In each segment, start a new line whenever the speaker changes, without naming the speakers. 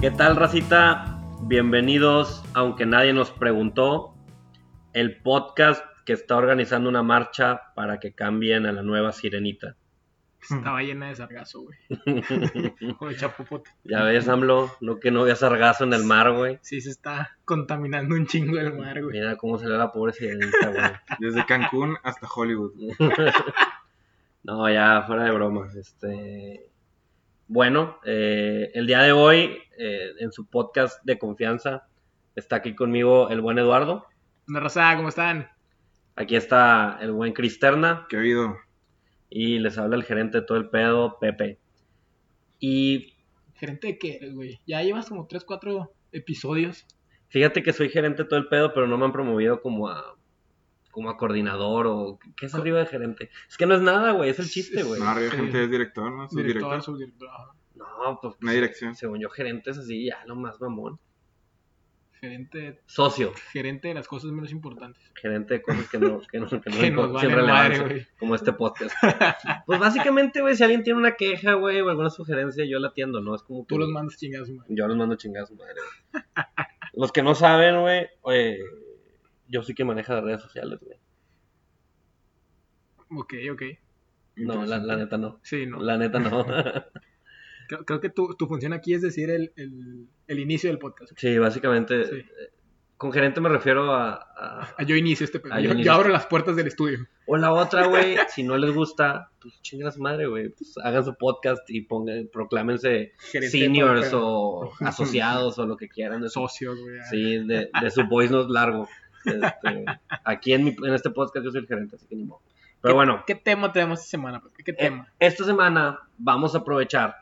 ¿Qué tal, racita? Bienvenidos, aunque nadie nos preguntó, el podcast que está organizando una marcha para que cambien a la nueva sirenita.
Pues, Estaba llena de sargazo, güey. o de chapopote.
Ya ves, AMLO, no que no había sargazo en el mar, güey.
Sí, se está contaminando un chingo el mar, güey.
Mira cómo se le da la pobre sirenita, güey.
Desde Cancún hasta Hollywood.
No, ya fuera de bromas. Este, bueno, eh, el día de hoy, eh, en su podcast de confianza, está aquí conmigo el buen Eduardo.
Una Raza? ¿Cómo están?
Aquí está el buen Cristerna
¿Qué ha habido?
y les habla el gerente de todo el pedo, Pepe. Y
¿Gerente de qué eres, güey? Ya llevas como 3, 4 episodios.
fíjate que soy gerente de todo el pedo, pero no me han promovido como a como a coordinador o qué es arriba de gerente. Es que no es nada, güey, es el chiste, güey.
No, arriba
Sí.
gente es director, ¿no?
Director,
Subdirector.
subdirector, ajá.
No, pues
Una dirección.
según yo gerente es así, ya lo más mamón.
gerente,
Socio,
gerente de las cosas menos importantes.
gerente de cosas que no que no que no
Que nos
sin
vale
relevancia.
madre, güey.
como este podcast. Pues básicamente, güey, si alguien tiene una queja, güey, o alguna sugerencia, yo la atiendo, ¿no? Es como que
Tú los mandas chingados, güey.
yo los mando chingados, madre. güey. los que no saben, güey, eh, yo sí que maneja las redes sociales, güey.
Ok, ok.
No, la, la neta no.
Sí, no.
La neta no.
Creo, creo que tu, tu función aquí es decir el, el, el inicio del podcast. güey.
sí, básicamente,
Sí.
con gerente me refiero a... a-
Ah, Yo inicio este pedo.
Ah, yo
Yo, yo
inicio.
abro las puertas del estudio.
O la otra, güey, si no les gusta, pues chinga a su madre, güey. Pues hagan su podcast y pongan, proclámense
Gerente de
seniors
todo el
o asociados o lo que quieran.
pedo.
de su
Socios, güey.
Sí, de, de su voice no es largo. Este, aquí en, mi- en este podcast yo soy el gerente, así que ni modo. Pero
Ah, ¿Qué-
bueno,
¿Qué tema tenemos esta semana? Pepe? ¿Qué
eh,
tema?
esta semana vamos a aprovechar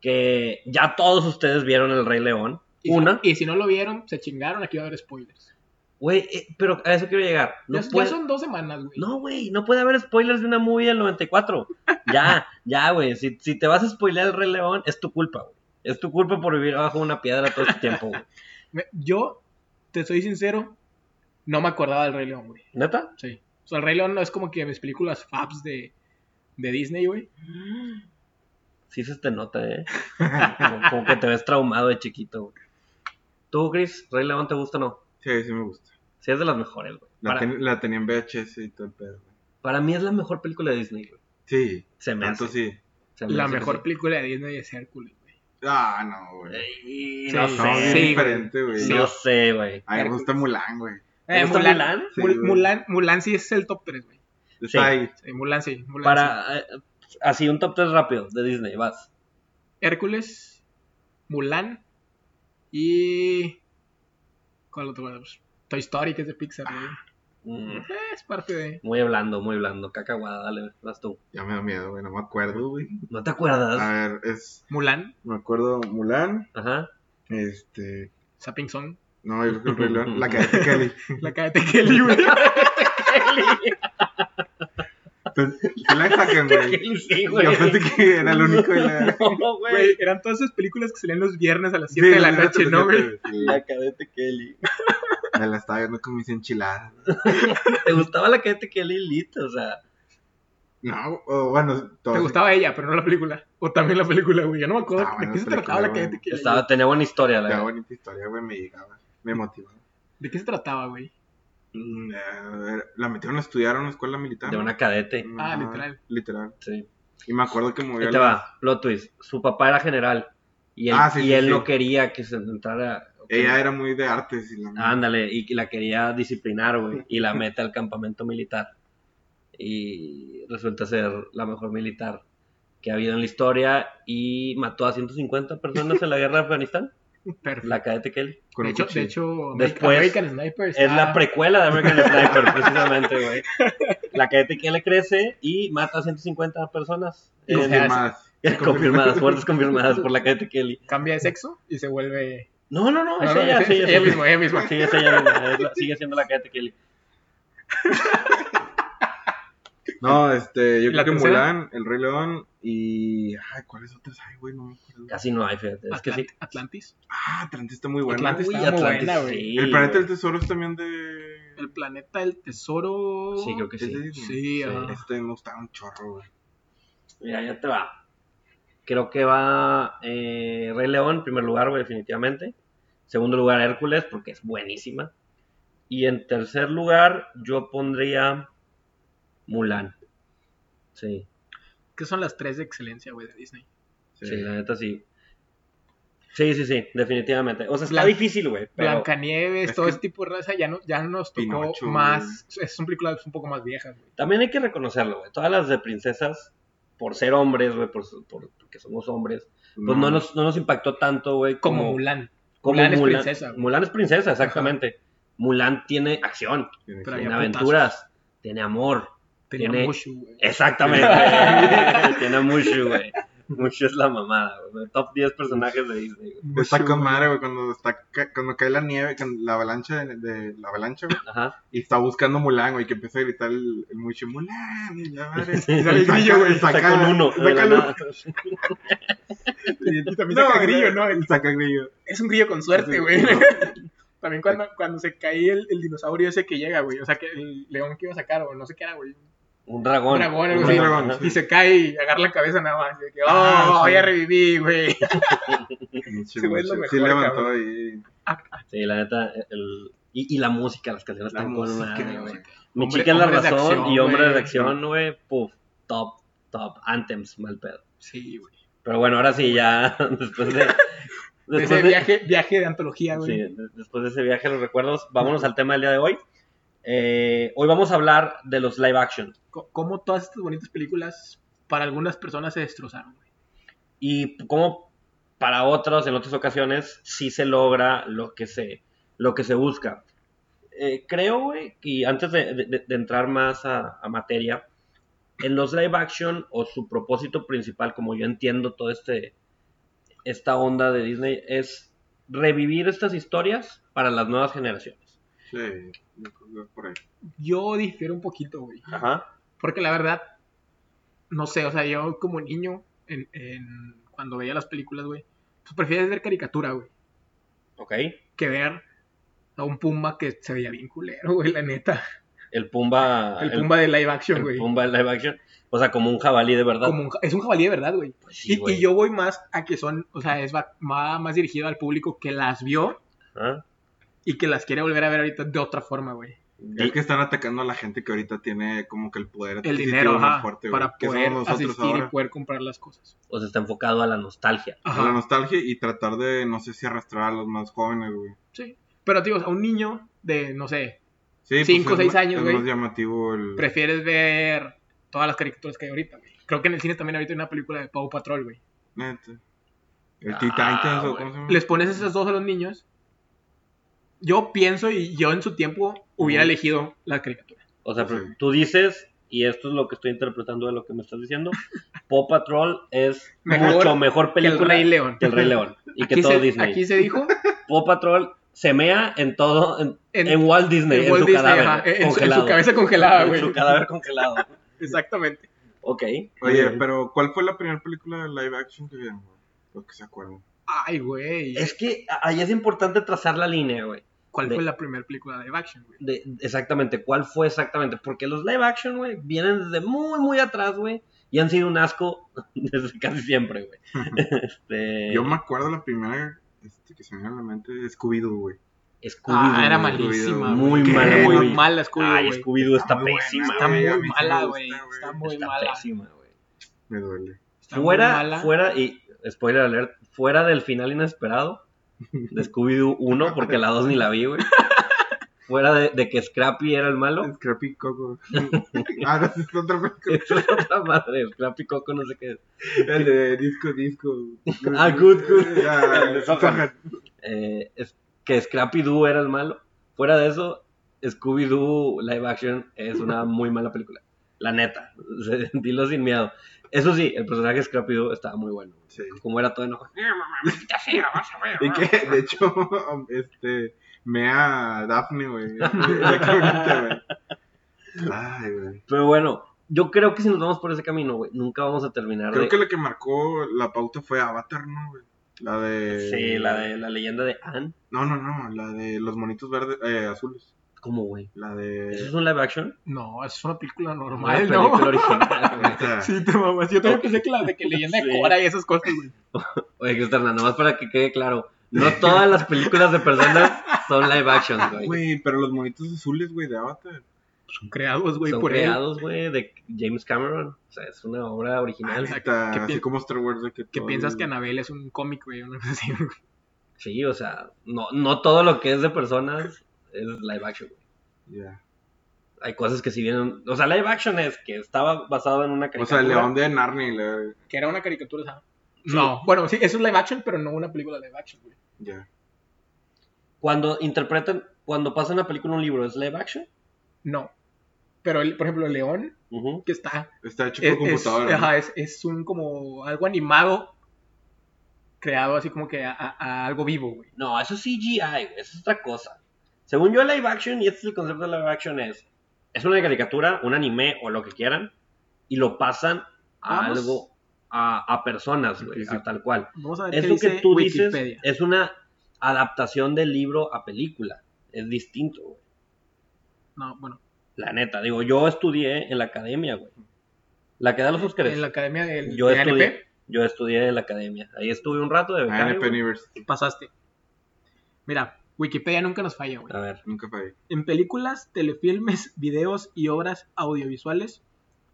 que ya todos ustedes vieron El Rey León.
Y si-
Una.
y si no lo vieron, se chingaron. Aquí va a haber spoilers.
Güey, eh, pero a eso quiero llegar. No,
Ya- ya,
puede,
son dos semanas, güey.
no, güey, no puede haber spoilers de una movie del 94. Ya, ya, güey. Si, si te vas a spoilear El Rey León, es tu culpa, güey. Es tu culpa por vivir abajo de una piedra todo este tiempo, güey.
Me- Yo, te soy sincero, no me acordaba del Rey León, güey.
¿Neta?
Sí. O sea, el Rey León no es como que mis películas faps de, de Disney, güey.
Sí se te nota, ¿eh? Como, como que te ves traumado de chiquito, güey. ¿Tú, Chris, Rey León, te gusta o no?
Sí, sí me gusta.
Sí, es de las mejores, güey.
La,
Para,
ten- la tenía en VHS y todo el pedo. güey.
para mí es la mejor película de Disney, güey.
Sí,
Se me
tanto
hace.
sí.
se me
La
hace que
mejor
sí.
película de Disney es Hércules, güey.
Ah, no, güey.
Ey,
Sí,
no,
Eh, sí,
No, bien
sé,
güey.
diferente, güey.
güey. no sé, güey.
A mí me gusta Mulan, güey.
¿Te
Eh,
gusta
Mulan,
Mulan?
Sí,
Mul-
güey.
Mulan, Mulan sí es el top 3, güey.
Está
Sí.
ahí.
Sí, Mulan sí. Mulan sí.
Para, eh, así, un top 3 rápido de Disney, vas.
Hércules, Mulan y... ¿Cuál otro? güey? Pues, Toy Story, que es de Pixar, güey.
Mm,
Eh, Es parte de...
muy blando, muy blando. Cacahuada, dale, vas tú.
Ya me da miedo, güey. No me acuerdo, güey.
¿No te acuerdas?
A ver, es.
Mulan,
Me acuerdo Mulan.
Ajá.
Este.
Sapping Song,
No, yo creo que el Rey León. La cadete Kelly.
la cadete Kelly, güey.
Entonces, ¿qué la sacan, güey?
Sí,
Yo pensé que era el único de la.
No,
Güey, eran todas esas películas que salían los viernes a las
Sí,
7 de la
los
noche, ¿no, güey?
siete, sí.
cadete Kelly.
Me la estaba viendo con mis enchiladas.
¿Te gustaba la cadete Kelly Lit? O sea,
No, o bueno, todo.
Te gustaba ella, pero no la película. O también la película, güey. Yo no me acuerdo
Ah,
de
bueno,
qué se
película,
trataba la
güey.
cadete Kelly.
estaba, tenía buena historia, la
La
verdad.
bonita historia, güey, me llegaba. Me motivaba.
¿De qué se trataba, güey?
Mm, a ver, La metieron a estudiar a una escuela militar.
De
¿no?
una cadete.
Mm,
Ah,
ajá,
literal.
Literal.
Sí.
Y me acuerdo que movió
Ahí te
la-
va, plot twist. Su papá era general y él,
Ah, sí,
y
sí,
él
sí.
no quería que se entrara.
Ella era muy de artes y la
Ah,
Ándale, y que la quería disciplinar, güey, y la mete al campamento militar. Y resulta ser la mejor militar que ha habido en la historia y mató a 150 personas en la guerra de Afganistán,
Perfecto.
la cadete Kelly.
con
de,
un
hecho,
cuchillo.
de hecho,
Después,
American ah, Sniper
Es la
está-
precuela de American Sniper, precisamente, güey. La cadete Kelly crece y mata a 150 personas.
Y
en-
se hace-
Confirmadas.
confirmadas, fuertes confirmadas por la cadete Kelly.
cambia de sexo y se vuelve.
No, no, no,
No,
es
no,
ella,
es-
Ah, sí,
es
es
ella
ella.
misma, ella misma.
Sí, es ella misma, es la- sigue siendo la cadete Kelly.
No, este, yo
¿La
creo que
tercera?
Mulan, El Rey León y. Ay, ¿cuáles otras hay, güey? No me acuerdo.
Casi no hay, fíjate, es que sí.
Atlant- Atlantis.
Ah, Atlantis está muy buena.
Atlantis
Uy,
está muy
Atlantis,
buena, güey.
sí,
El planeta
güey.
del tesoro es también de.
El planeta del tesoro.
Sí, creo que
es de
sí.
Disney.
Sí, ajá.
Este me gustaba un chorro, güey.
Mira, ya te va. Creo que va eh, Rey León en primer lugar, güey, definitivamente. Segundo lugar, Hércules, porque es buenísima. Y en tercer lugar, yo pondría Mulan. Sí,
Que son las tres de excelencia, güey, de Disney.
sí, la neta sí. Sí, sí, sí, definitivamente. O sea, está
Blan-
difícil, güey. Pero...
Blancanieves,
es
todo
que-
ese tipo de raza ya, no, ya nos tocó
Pinocho,
más. Son películas un poco más viejas, güey.
También hay que reconocerlo, güey. Todas las de princesas, por ser hombres, güey, por, su- por- porque somos hombres, pues
Mm.
no nos, no nos impactó tanto, güey,
Como
como,
Mulan.
como
Mulan es princesa, güey.
Mulan es princesa, exactamente. Mulan tiene acción,
Tiene
Pero
que-
tiene
había putazos.
aventuras, tiene amor.
Tenía
Tiene-
Mushu, güey.
Exactamente. güey. tiene Mushu, güey. Mushu es la mamada, güey. Top 10 personajes de Disney, güey.
Mushu,
Está con
güey.
madre, güey, cuando, está, ca- cuando cae la nieve, con la avalancha de, de- la avalancha, güey,
Ajá.
y está buscando Mulan, güey, que empieza a gritar el, el Mushu, Mulan, y la madre, y sale el grillo, güey,
Saca
saca-
un uno. de
saca
la
el
nada.
Y también saca grillo, ¿no? El-
Saca grillo.
es un grillo con suerte,
Sí,
güey.
no.
También cuando, cuando se cae el, el dinosaurio ese que llega, güey. O sea, que el león que iba a sacar, o no sé qué era, güey.
Un dragón.
Un dragón, algo
Un
así.
dragón,
Ajá.
Y se cae y agarra la cabeza nada más. De que, oh,
Ah, sí.
ya reviví, güey.
Pinche
Ese güey es lo
Mushu.
mejor,
Sí levantó
cabrón.
ahí.
Sí, la neta. el- Y, y la música, las canciones están con madre, güey. Mi
Hombre-
chica es la
hombres de
razón
acción,
y hombre de
güey.
acción, güey. Puf, top, top. Anthems, mal pedo.
Sí, güey.
Pero bueno, ahora sí, ya después de.
De
Después
Ese
de,
viaje, viaje de antología,
sí,
güey.
de- después de ese viaje, a los recuerdos, vámonos al tema del día de hoy. Eh, hoy vamos a hablar de los live action.
Co- Cómo todas estas bonitas películas para algunas personas se destrozaron, güey.
y como para otros en otras ocasiones sí se logra lo que se lo que se busca Eh, creo güey y antes de, de- de entrar más a, a materia en los live action o su propósito principal como yo entiendo todo este esta onda de Disney es revivir estas historias para las nuevas generaciones
Sí, yo creo que por ahí.
Yo difiero un poquito, güey.
ajá
Porque la verdad, no sé, o sea, yo como niño, en, en- cuando veía las películas, güey, pues prefieres ver caricatura, güey,
ok
que ver a un Pumba que se veía bien culero, güey, la neta.
el
Ah,
Pumba
El, Pumba de live action,
el
güey.
Pumba en live action o sea como un jabalí de verdad
Como un ja- es un jabalí de verdad, güey.
Pues
Y-
sí,
y,
güey.
yo voy más a que son, o sea, es va, va más dirigido al público que las vio
Ajá.
y que las quiere volver a ver ahorita de otra forma, güey.
Es que están atacando a la gente que ahorita tiene como que el poder
El
adquisitivo
dinero, ajá,
más fuerte, güey,
para
que somos
poder
nosotros
asistir
ahora.
y poder comprar las cosas.
o sea está enfocado a la nostalgia
a la
Ajá,
nostalgia y tratar de, no sé si arrastrar a los más jóvenes, güey.
sí. Pero, tío, a un niño de, no sé,
Sí, pues
Cinco,
es
seis
ma-
años,
es
güey.
más llamativo el...
prefieres ver todas las caricaturas que hay ahorita, güey. Creo que en el cine también ahorita hay una película de Paw Patrol, güey.
Neta. El
Ah,
Teen Titans o
güey.
cómo se llama.
Les pones esas dos a los niños. Yo pienso y yo en su tiempo hubiera
Ujú.
elegido la caricatura.
O sea,
Sí.
pero tú dices, y esto es lo que estoy interpretando de lo que me estás diciendo, Paw Patrol es
Mejor
mucho mejor
Que el
película
Rey León.
que el Rey León y que
Aquí
todo
se-
Disney.
Aquí se dijo
Paw Patrol se mea en todo, en,
en,
en Walt Disney,
en
en,
Walt
su
Disney,
cadáver
ajá, en- en su- en su
congelado.
cabeza congelada,
En
güey.
su cadáver congelado.
Exactamente.
Ok.
Oye, pero ¿cuál fue la primera película de live action que vieron, güey? Los que se acuerdan.
Ay, güey.
Es que ahí es importante trazar la línea, güey.
¿Cuál
de-
fue la primera película de live action, güey?
de- exactamente, cuál fue exactamente. Porque los live action, güey, vienen desde muy, muy atrás, güey. Y han sido un asco desde casi siempre, güey. Este,
Yo me acuerdo la primera este, que se me vino a la mente, Scooby-Doo, güey.
Scooby-Doo,
ah, era
güey.
malísima.
Muy
güey.
mala,
Qué
muy-
mala Scooby,
Ay,
güey.
Scooby-Doo está,
muy buena,
pésima.
Está
güey.
muy
a mí sí me
mala,
gusta,
güey.
güey.
Está muy
Está
mala.
pésima, güey.
Me duele.
Está muy
Fuera,
mala.
fuera, y spoiler alert, fuera del final inesperado de Scooby-Doo 1, porque la 2 ni la vi, güey. Fuera de, de que Scrappy era el malo.
Scrappy Coco. ah, no, es otra película.
Es otra madre, Scrappy Coco, no sé qué es.
El de Disco Disco.
Ah, Good, Good.
Ah,
El de Sohan. Eh, es- que Scrappy-Doo era el malo. Fuera de eso, Scooby-Doo live action es una muy mala película. La neta, dilo sin miedo. Eso sí, el personaje de Scrappy-Doo estaba muy bueno.
Sí.
Como era todo enojado.
Y que, de hecho, este, mea a Daphne, güey. Exactamente, güey. Ay, güey.
Pero bueno, yo creo que si nos vamos por ese camino, güey, nunca vamos a terminar
Creo
de...
que lo que marcó la pauta fue Avatar, ¿no, güey? La de...
Sí, la de la leyenda de Anne.
No, no, no, la de los monitos verdes, eh, azules.
¿Cómo, güey?
La
¿Eso
de.
es un live action?
No, es una película
Una
normal,
película
¿no?
original, güey.
Neta.
Sí, te mamas. Yo también pensé que la de que leyenda
Sí.
de Cora y esas cosas, güey.
Oye, Cristian, nada más para que quede claro. No todas las películas de personas son live action, güey.
Güey, pero los monitos azules, güey, de Avatar.
Son creados, güey,
Son
por
creados, güey, de James Cameron. O sea, es una obra original.
Ah,
Neta,
¿qué pi-
así como Star Wars. de
él. Que
todo
piensas
el-
que Anabel es un cómic, güey, una cosa así, güey.
Sí, o sea, no, no todo lo que es de personas es live action, güey.
Ya.
Hay cosas que si vienen. O sea, live action es que estaba basado en una
O
caricatura.
sea, el león de Narnia. y la-
Que era una caricatura, ¿sabes?
Sí.
No, bueno, sí, eso es live action, pero no una película live action, güey.
Ya.
Cuando interpretan, cuando pasa una película un libro, ¿es live action?
No. Pero, el- por ejemplo, el león,
Ujú.
que está...
Está hecho
Es,
por
es-
computadora. ¿no?
ajá, es, es un como algo animado, creado así como que a, a- a algo vivo, güey.
No, eso es CGI, güey, eso es otra cosa. Según yo, live action, y este es el concepto de live action, es, es una caricatura, un anime o lo que quieran, y lo pasan a
Vamos.
algo, a, a personas, güey,
Sí, sí.
a tal cual.
Vamos a ver
Es
qué
lo
Ah, dice
que tú
Wikipedia.
dices, es una adaptación del libro a película, es distinto, güey.
No, bueno,
La neta, digo, yo estudié en la academia, güey. La que da los Óscares.
en la academia del
Yo
de
estudié,
ANP,
yo estudié en la academia. Ahí estuve un rato de
Ah,
becario,
ANP
güey.
University.
pasaste. Mira, Wikipedia nunca nos falla, güey.
A ver,
Nunca fallé.
En películas, telefilmes, videos y obras audiovisuales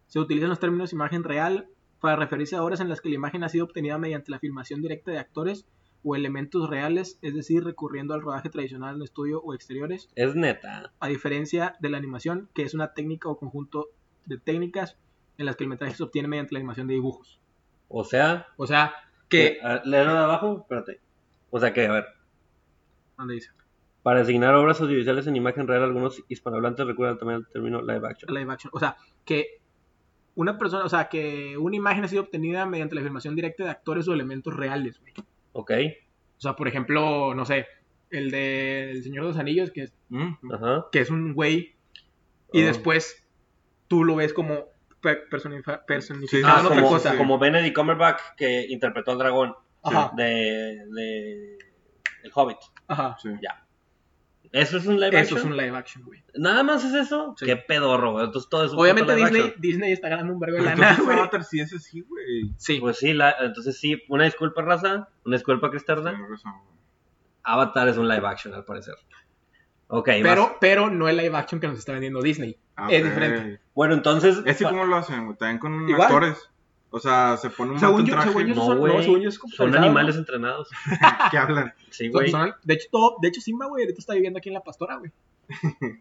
se utilizan los términos imagen real para referirse a obras en las que la imagen ha sido obtenida mediante la filmación directa de actores o elementos reales, es decir, recurriendo al rodaje tradicional en estudio o exteriores,
es neta.
a diferencia de la animación, que es una técnica o conjunto de técnicas en las que el metraje se obtiene mediante la animación de dibujos.
O sea,
O sea, que...
A ver, léelo de abajo, espérate. O sea que, a ver,
¿Dónde dice?
para asignar obras audiovisuales en imagen real, algunos hispanohablantes recuerdan también el término live action.
live action. O sea, que una persona, o sea, que una imagen ha sido obtenida mediante la filmación directa de actores o elementos reales, güey.
Ok,
O sea, por ejemplo, no sé, el de El Señor de los Anillos, que es,
ajá.
que es un güey, y
Ah.
después tú lo ves como per- personifa-
Ah,
personificado en
no,
otra
como,
cosa.
como Benedict Cumberbatch que interpretó al dragón
Ajá,
de, de El Hobbit.
ajá.
Sí.
Eso es un live
Eso
action.
es un live action, güey.
Nada más es eso.
Sí.
Qué pedorro, güey. Entonces todo es un puto
Obviamente
live
Disney,
action. ah,
Disney está ganando un vergo de
Pero
lana,
entonces
güey.
Avatar sí es así, güey.
Sí,
Pues sí, la- entonces sí, una disculpa raza, una disculpa Cristarda.
Tienes razón, güey.
Avatar es un live action al parecer. Ok, vas.
pero, pero no el live action que nos está vendiendo Disney.
Ah,
Es
ok.
diferente.
bueno, entonces
¿Ese cómo lo hacen, güey? También con
Igual.
actores. O sea, se pone un
Según
vato en
yo-
traje
según yo-
no,
son- no,
güey,
según yo es
son
computarizado,
animales entrenados.
que hablan.
Sí, güey.
Son- de, hecho, todo, de hecho, Simba, güey, ahorita está viviendo aquí en La Pastora, güey.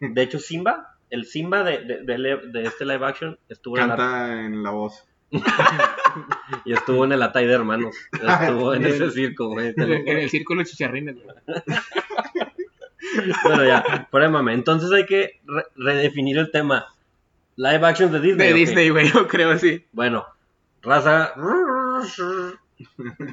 De hecho, Simba, el Simba de, de, de le- de este live action, estuvo en, la,
Canta en la voz.
y estuvo en el Atay de Hermanos. Estuvo en ese circo, güey. te lo
En
juro.
el círculo de chicharrines, güey.
Bueno, ya, fuera de mame. Entonces hay que re- redefinir el tema. Live action de Disney.
De
¿o qué?
Disney, güey, yo creo, sí.
Bueno, raza.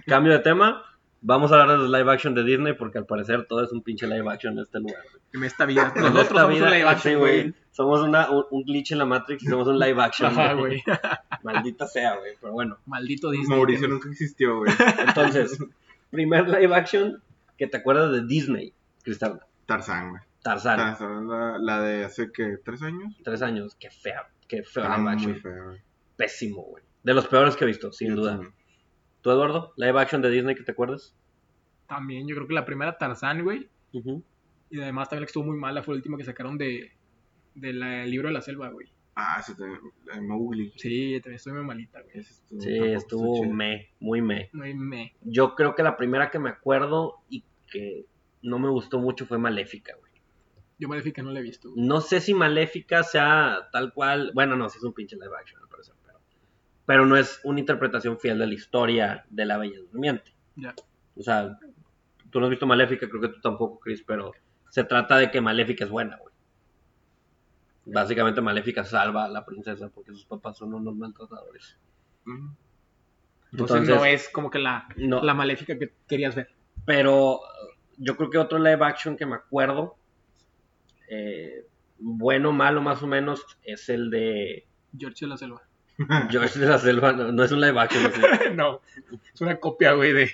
Cambio de tema. Vamos a hablar de los live action de Disney porque al parecer todo es un pinche live action en este lugar.
En esta vida.
En
Nosotros
esta
somos
vida,
un live action,
sí,
güey.
Somos una, un, un glitch en la Matrix y somos un live action.
Ajá,
güey.
güey.
Maldita sea, güey. Pero bueno.
Maldito Disney.
Mauricio nunca existió, güey.
Entonces, primer live action que te acuerdas de Disney, Cristal.
Tarzán, güey.
Tarzán,
Tarzán, la, la de hace, que ¿Tres años?
tres años, qué fea, qué feo live
Está Ah, muy
action.
feo, güey.
Pésimo, güey. De los peores que he visto, sin
Yo
duda.
también.
¿Tú, Eduardo? ¿Live action de Disney que te acuerdas?
También, yo creo que la primera Tarzán, güey. Y además también la que estuvo muy mala fue la última que sacaron de del libro de la selva, güey.
Ah, ese también. eh, Mowgli.
Sí, también estoy muy malita, güey.
Ese estuvo-
Sí,
tampoco
estuvo
chido.
me, muy me.
Muy me.
Yo creo que la primera que me acuerdo y que no me gustó mucho fue Maléfica, güey.
Yo Maléfica no la he visto. güey.
No sé si Maléfica sea tal cual. Bueno, no, sí es un pinche live action, al parecer. Pero, pero no es una interpretación fiel de la historia de la Bella Durmiente.
Ya.
O sea, tú no has visto Maléfica, creo que tú tampoco, Chris, pero se trata de que Maléfica es buena, güey. Básicamente Maléfica salva a la princesa porque sus papás son unos maltratadores.
Mm.
Entonces,
Entonces-
no es como que la,
No,
la Maléfica que querías ver.
pero yo creo que otro live action que me acuerdo, eh, bueno, malo más o menos, es el de
George de la selva.
George de la Selva. No, no es un live action, no sé.
no. Es una copia, güey, de,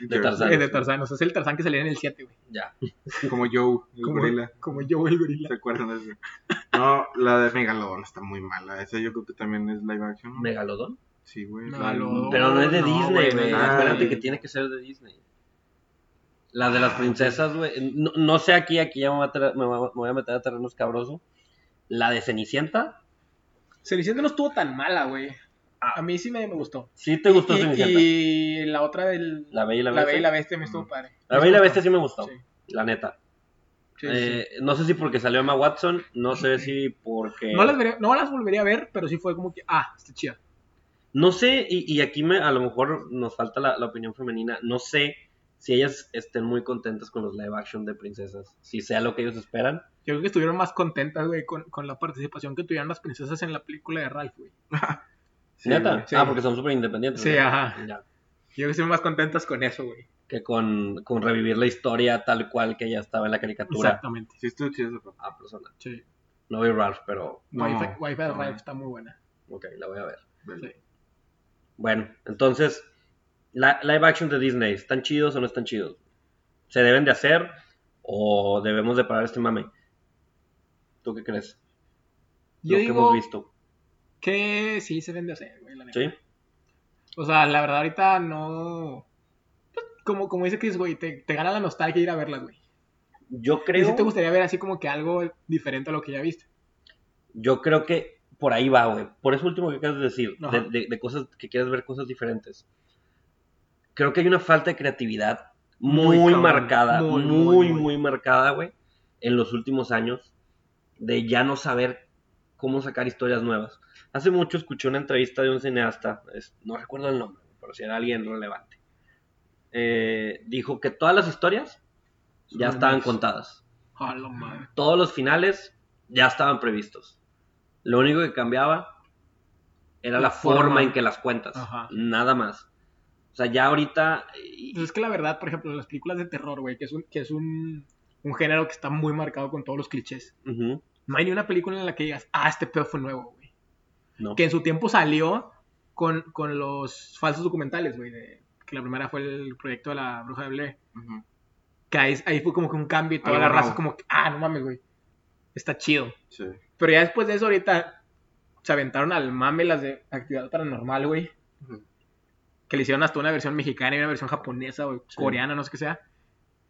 De Tarzán.
Es de Tarzán, o sea, es el Tarzán que salía en el 7, güey.
Ya.
Como Joe, el
Como,
gorila.
como yo, el gorila.
¿Se acuerdan de ese? No, la de Megalodon está muy mala. Esa yo creo que también es live action. ¿no?
Megalodón.
Sí, güey.
Megalodon.
La-
Pero no es de
no,
Disney,
güey,
güey.
no,
Acuérdate
güey.
que tiene que ser de Disney. La de las princesas, güey. No, no sé aquí, aquí ya me voy, a tra- me voy a- me voy a meter a terrenos cabrosos. La de Cenicienta.
Cenicienta no estuvo tan mala, güey.
Ah.
A mí sí me, me gustó.
Sí te gustó
y,
Cenicienta.
y la otra del...
La Bella y la
La Bella y
Bestia.
la Bestia me estuvo
Mm.
padre.
La Bella y la Bestia sí me gustó.
Sí,
La neta.
sí, sí.
Eh, No sé si porque salió Emma Watson, no sé si porque...
No las, vería- no las volvería a ver, pero sí fue como que, ah, está chida.
No sé, y, y aquí me, a lo mejor nos falta la, la opinión femenina, no sé si ellas estén muy contentas con los live action de princesas, si sea lo que ellos esperan.
Yo creo que estuvieron más contentas, güey, con, con la participación que tuvieron las princesas en la película de Ralph, güey.
Sí,
Neta,
güey.
sí.
ah, porque son súper independientes.
Sí,
¿no?
ajá.
Ya.
Yo creo que estuvieron más contentas con eso, güey.
Que con, con revivir la historia tal cual que ya estaba en la caricatura.
Exactamente.
Sí, estuvo chido esa parte.
Ah, persona.
Sí.
No vi Ralph, pero
No,
Wi-Fi, Wi-Fi de
no.
Ralph está muy buena.
ok, la voy a ver.
Vale.
Bueno, entonces, la, live action de Disney, ¿están chidos o no están chidos? ¿Se deben de hacer o debemos de parar este mame? ¿Tú qué crees?
Yo
lo que
digo
hemos
que,
visto.
sí se vende hacer, güey, la neta.
¿Sí?
O sea, la verdad ahorita no... pues, Como, como dice Chris, güey, te, te gana la nostalgia ir a verlas, güey.
Yo
Y
creo,
si te gustaría ver así como que algo diferente a lo que ya viste.
yo creo que por ahí va, güey. Por eso último que acabas de decir,
Ajá.
de, de- de cosas que quieres ver cosas diferentes. Creo que hay una falta de creatividad muy,
Muy cabrón.
marcada, muy,
Muy,
muy,
muy, muy.
marcada, güey, en los últimos años, de ya no saber cómo sacar historias nuevas. Hace mucho escuché una entrevista de un cineasta, es- no recuerdo el nombre, pero si era alguien relevante. Eh, dijo que todas las historias ya
Son
estaban
remakes.
contadas.
A la madre.
todos los finales ya estaban previstos. Lo único que cambiaba era la,
La
forma.
forma.
en que las cuentas,
Ajá.
nada más. O sea, ya ahorita y-
Pues es que la verdad, por ejemplo, las películas de terror, güey, que es un, que es un, un género que está muy marcado con todos los clichés.
ujú,
No hay ni una película en la que digas, ah, este pedo fue nuevo, güey.
no.
Que en su tiempo salió con, con los falsos documentales, güey. de- Que la primera fue el proyecto de la bruja de Blair.
Ujú.
Que ahí, ahí fue como que un cambio y toda
Algo
la raza
nuevo.
como que, ah, no mames, güey. Está chido.
Sí.
Pero ya después de eso, ahorita se aventaron al mame las de actividad paranormal, güey.
Ujú.
Que le hicieron hasta una versión mexicana y una versión japonesa, güey,
Sí.
coreana, no sé qué sea.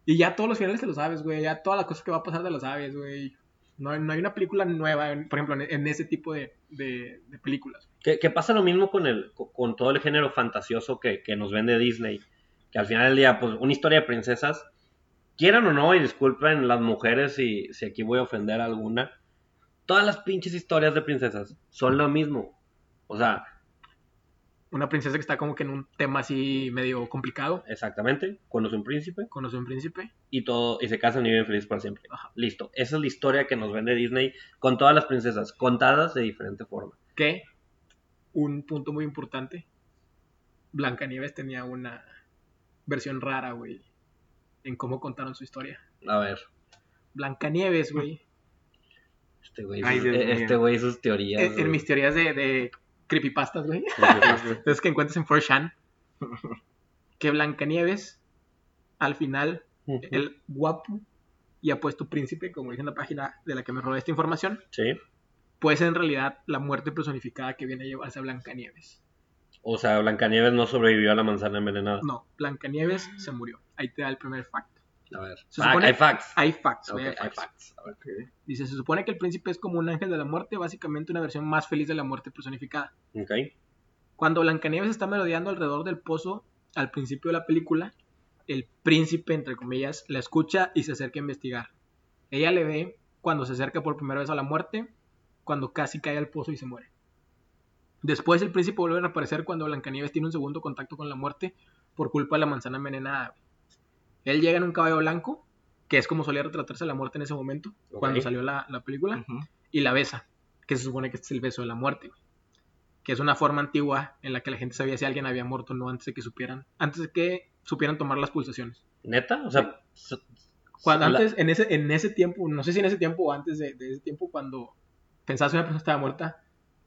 Y ya todos los finales te lo sabes, güey. Ya todas las cosas que va a pasar te lo sabes, güey. No, hay- no hay una película nueva, en- por ejemplo, en, en ese tipo de, de- de películas.
Que, que pasa lo mismo con, el, co- con todo el género fantasioso que, que nos vende Disney. Que al final del día, pues una historia de princesas, quieran o no, y disculpen las mujeres si, si aquí voy a ofender a alguna, todas las pinches historias de princesas son lo mismo. O sea,
Una princesa que está como que en un tema así medio complicado.
exactamente, conoce un príncipe,
Conoce a un príncipe.
y todo y se casan y viven felices para siempre.
Ajá.
Listo. Esa es la historia que nos vende Disney con todas las princesas contadas de diferente forma.
Que, un punto muy importante, Blancanieves tenía una versión rara, güey, en cómo contaron su historia.
A ver,
Blancanieves, güey,
este güey,
Ay,
sus-
Dios
eh,
mío.
este güey sus teorías.
en, en mis teorías de, de creepypastas, güey,
güey.
entonces que encuentras en 4chan, que Blancanieves, al final, el guapo y apuesto príncipe, como dice en la página de la que me robé esta información,
Sí.
puede ser en realidad la muerte personificada que viene a llevarse a Blancanieves.
O sea, Blancanieves no sobrevivió a la manzana envenenada.
No, Blancanieves se murió. Ahí te da el primer fact.
A ver.
Se
Fac-
supone-
Hay facts.
Hay facts, güey,
Ok,
hay
hay
facts.
facts. A ver.
Ok.
Dice, se supone que el príncipe es como un ángel de la muerte, básicamente una versión más feliz de la muerte personificada.
Ok.
Cuando Blancanieves está merodeando alrededor del pozo al principio de la película, el príncipe, entre comillas, la escucha y se acerca a investigar. Ella le ve cuando se acerca por primera vez a la muerte, cuando casi cae al pozo y se muere. Después el príncipe vuelve a reaparecer cuando Blancanieves tiene un segundo contacto con la muerte por culpa de la manzana envenenada. Él llega en un caballo blanco, que es como solía retratarse la muerte en ese momento, cuando
Ok.
salió la, la película
Ujú.
y la besa, que se supone que este es el beso de la muerte, güey. que es una forma antigua en la que la gente sabía si alguien había muerto o no antes de que supieran, antes de que supieran tomar las pulsaciones.
Neta, o sea, so-
Cuando
la-
antes, en ese, en ese tiempo, no sé si en ese tiempo o antes de, de ese tiempo, cuando pensabas que una persona estaba muerta,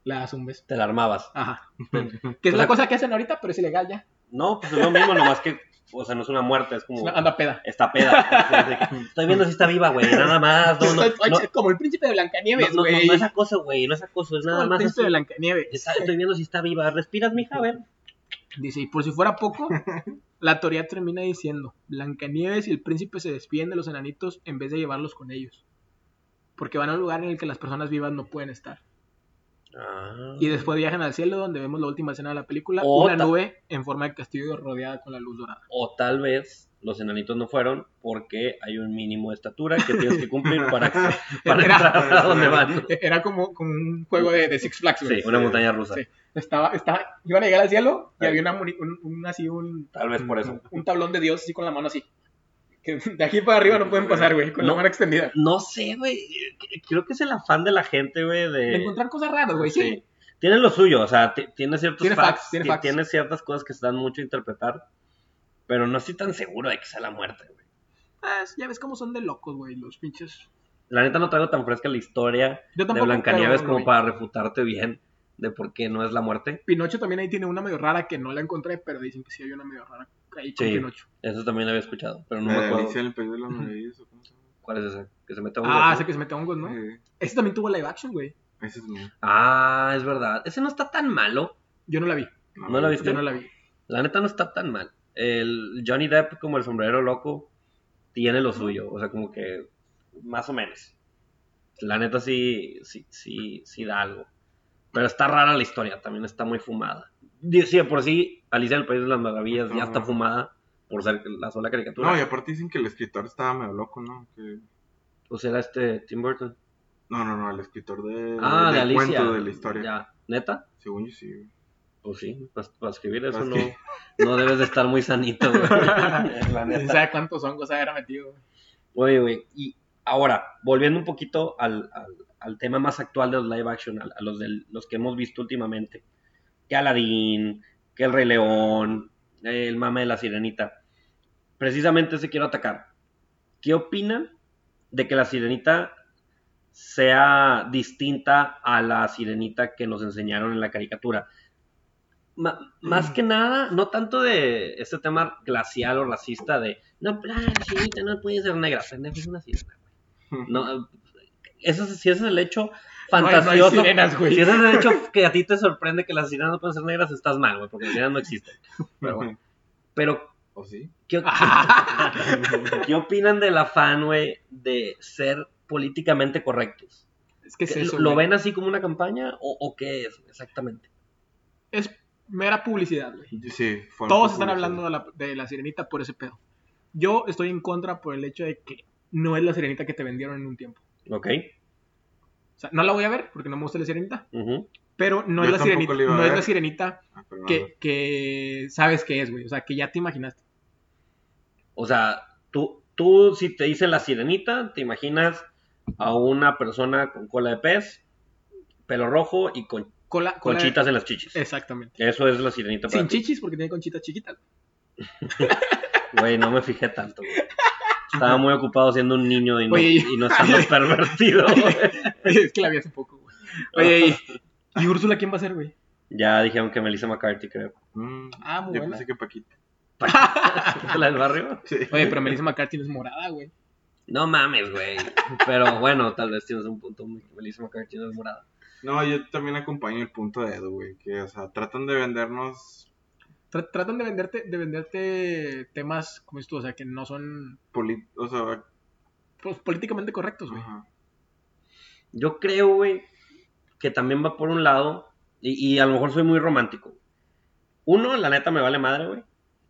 la das un beso.
te la armabas.
Ajá.
Ujú.
Que es
O
una
sea-
cosa que hacen ahorita, pero es ilegal ya.
No, pues es lo mismo, nomás que o sea, no es una muerte, es como.
Anda peda.
Está peda. Así de que, Estoy viendo si está viva, güey. Nada más. No, no, no,
Estoy-
no,
oye, Como el príncipe de Blancanieves,
no, no,
güey.
no es acoso, güey. No es acoso, es nada
Como el
más.
príncipe
así.
de Blancanieves.
Está- estoy viendo si está viva. ¿Respiras, mija? A ver.
Dice, y por si fuera poco, la teoría termina diciendo, Blancanieves y el príncipe se despiden de los enanitos en vez de llevarlos con ellos. Porque van a un lugar en el que las personas vivas no pueden estar.
Ah.
Y después viajan al cielo donde vemos la última escena de la película,
Otra.
una nube en forma de castillo rodeada con la luz dorada.
O tal vez los enanitos no fueron porque hay un mínimo de estatura que tienes que cumplir para, que, para
Era-
entrar a donde van.
E- Era como, como un juego de, de Six Flags,
Sí,
güey.
una montaña rusa.
Sí. Estaba, estaba, iban a llegar al cielo y había una, moni- un, un- así un,
Tal vez por eso.
un tablón de Dios así con la mano así. Que de aquí para arriba no pueden pasar, güey, con la
No.
mano extendida.
No sé, güey. Creo que es el afán de la gente, güey,
De
de...
encontrar cosas raras, güey, sí.
Eh, Sí. Tiene lo suyo, o sea, ti- tiene ciertos
Tiene
facts,
facts, tiene
ti-
facts.
tiene ciertas cosas que se dan mucho a interpretar, pero no estoy tan seguro de que sea la muerte, güey.
Ah, ya ves cómo son de locos, güey, los pinches.
La neta no traigo tan fresca la historia
Yo
de
tampoco,
Blancanieves
pero,
como
güey,
para refutarte bien de por qué no es la muerte.
Pinocho también ahí tiene una medio rara que no la encontré, pero dicen que sí hay una medio rara ahí con
Sí.
Pinocho.
Eso también lo había escuchado, pero no
La
me
de
acuerdo.
Eh, Alicia en el País de las Maravillas, ¿o cómo se llama?
¿Cuál es esa? Que se mete a un
Ah,
hueco.
sé que se mete hongos, ¿no?
Eh,
Ese también tuvo live action, güey.
ese es mío.
Ah, es verdad. Ese no está tan malo.
Yo no la vi,
¿No la viste?
yo no la vi.
La neta no está tan mal. El Johnny Depp como el sombrero loco tiene lo suyo, o sea, como que más o menos. La neta sí, sí, sí, sí da algo. Pero está rara la historia, también está muy fumada. Di- Sí, de por sí, Alicia en el País de las Maravillas ya está
Ajá.
fumada por ser la sola caricatura.
No, y aparte dicen que el escritor estaba medio loco, ¿no? Que...
Pues era este Tim Burton.
No, no, no, el escritor de,
ah, de
del
Alicia.
cuento de la historia.
Ya, neta.
Según yo sí, güey.
Pues sí, para escribir eso
Pues
no,
que-
no debes de estar muy sanito, güey. La
¿Quién
neta.
sabe cuántos hongos habrá metido? güey.
Oye, güey, y ahora, volviendo un poquito al, al, al tema más actual de los live action, a, a los, del- los que hemos visto últimamente, que Aladdin, que El Rey León, el mame de la sirenita, precisamente ese quiero atacar. ¿Qué opinan de que la sirenita sea distinta a la sirenita que nos enseñaron en la caricatura? Ma- más que nada, no tanto de este tema glacial o racista de no, pero, ah, la sirenita no puede ser negra, pendejo, es una sirena. No, eso, es- si ese es el hecho
No hay-
fantasioso.
No hay sirenas,
Pues
güey.
si ese es el hecho que a ti te sorprende que las sirenas no pueden ser negras, estás mal, güey, porque las sirenas no existen. Pero bueno. Pero,
¿O sí?
¿qué, ¿qué opinan del afán, güey, de ser políticamente correctos?
Es que es eso,
¿Lo
güey.
ven así como una campaña o, o qué es exactamente?
Es mera publicidad, güey.
Sí, fue
Todos
un poco
están hablando
de...
de la, de la sirenita por ese pedo. Yo estoy en contra por el hecho de que no es la sirenita que te vendieron en un tiempo.
¿Ok?
O sea, no la voy a ver porque no me gusta la sirenita.
ujú.
Pero no,
Yo
es la,
tampoco
sirenita,
la iba a
no es
ver.
la sirenita
Ah, pero no,
que, que sabes que es, güey. O sea, que ya te imaginaste.
O sea, tú, tú si te dice la sirenita, te imaginas a una persona con cola de pez, pelo rojo y con
Cola, cola de-
conchitas en las chichis.
Exactamente.
Eso es la sirenita para
Sin
ti.
chichis porque tiene conchitas chiquitas.
Güey, no me fijé tanto, güey. Estaba muy ocupado siendo un niño y no,
Oye,
y no estando pervertido, güey.
Oye, es que la vi hace poco, güey. Oye, ¿y, y Úrsula quién va a ser, güey?
Ya dijeron que Melissa McCarthy, creo.
Mm,
Ah, muy
yo
buena.
pensé que Paquita.
¿La del barrio?
Sí.
Oye, pero Melissa McCarthy no es morada, güey.
No mames, güey. Pero bueno, tal vez tienes un punto. Melissa McCarthy no es morada.
No, yo también acompaño el punto de Edu, güey. Que, o sea, tratan de vendernos
Tra- tratan de venderte, de venderte temas, como dices tú, o sea, que no son
poli... O sea,
pues, políticamente correctos, güey.
ajá.
Yo creo, güey, que también va por un lado. Y, y a lo mejor soy muy romántico. Uno, la neta me vale madre, güey.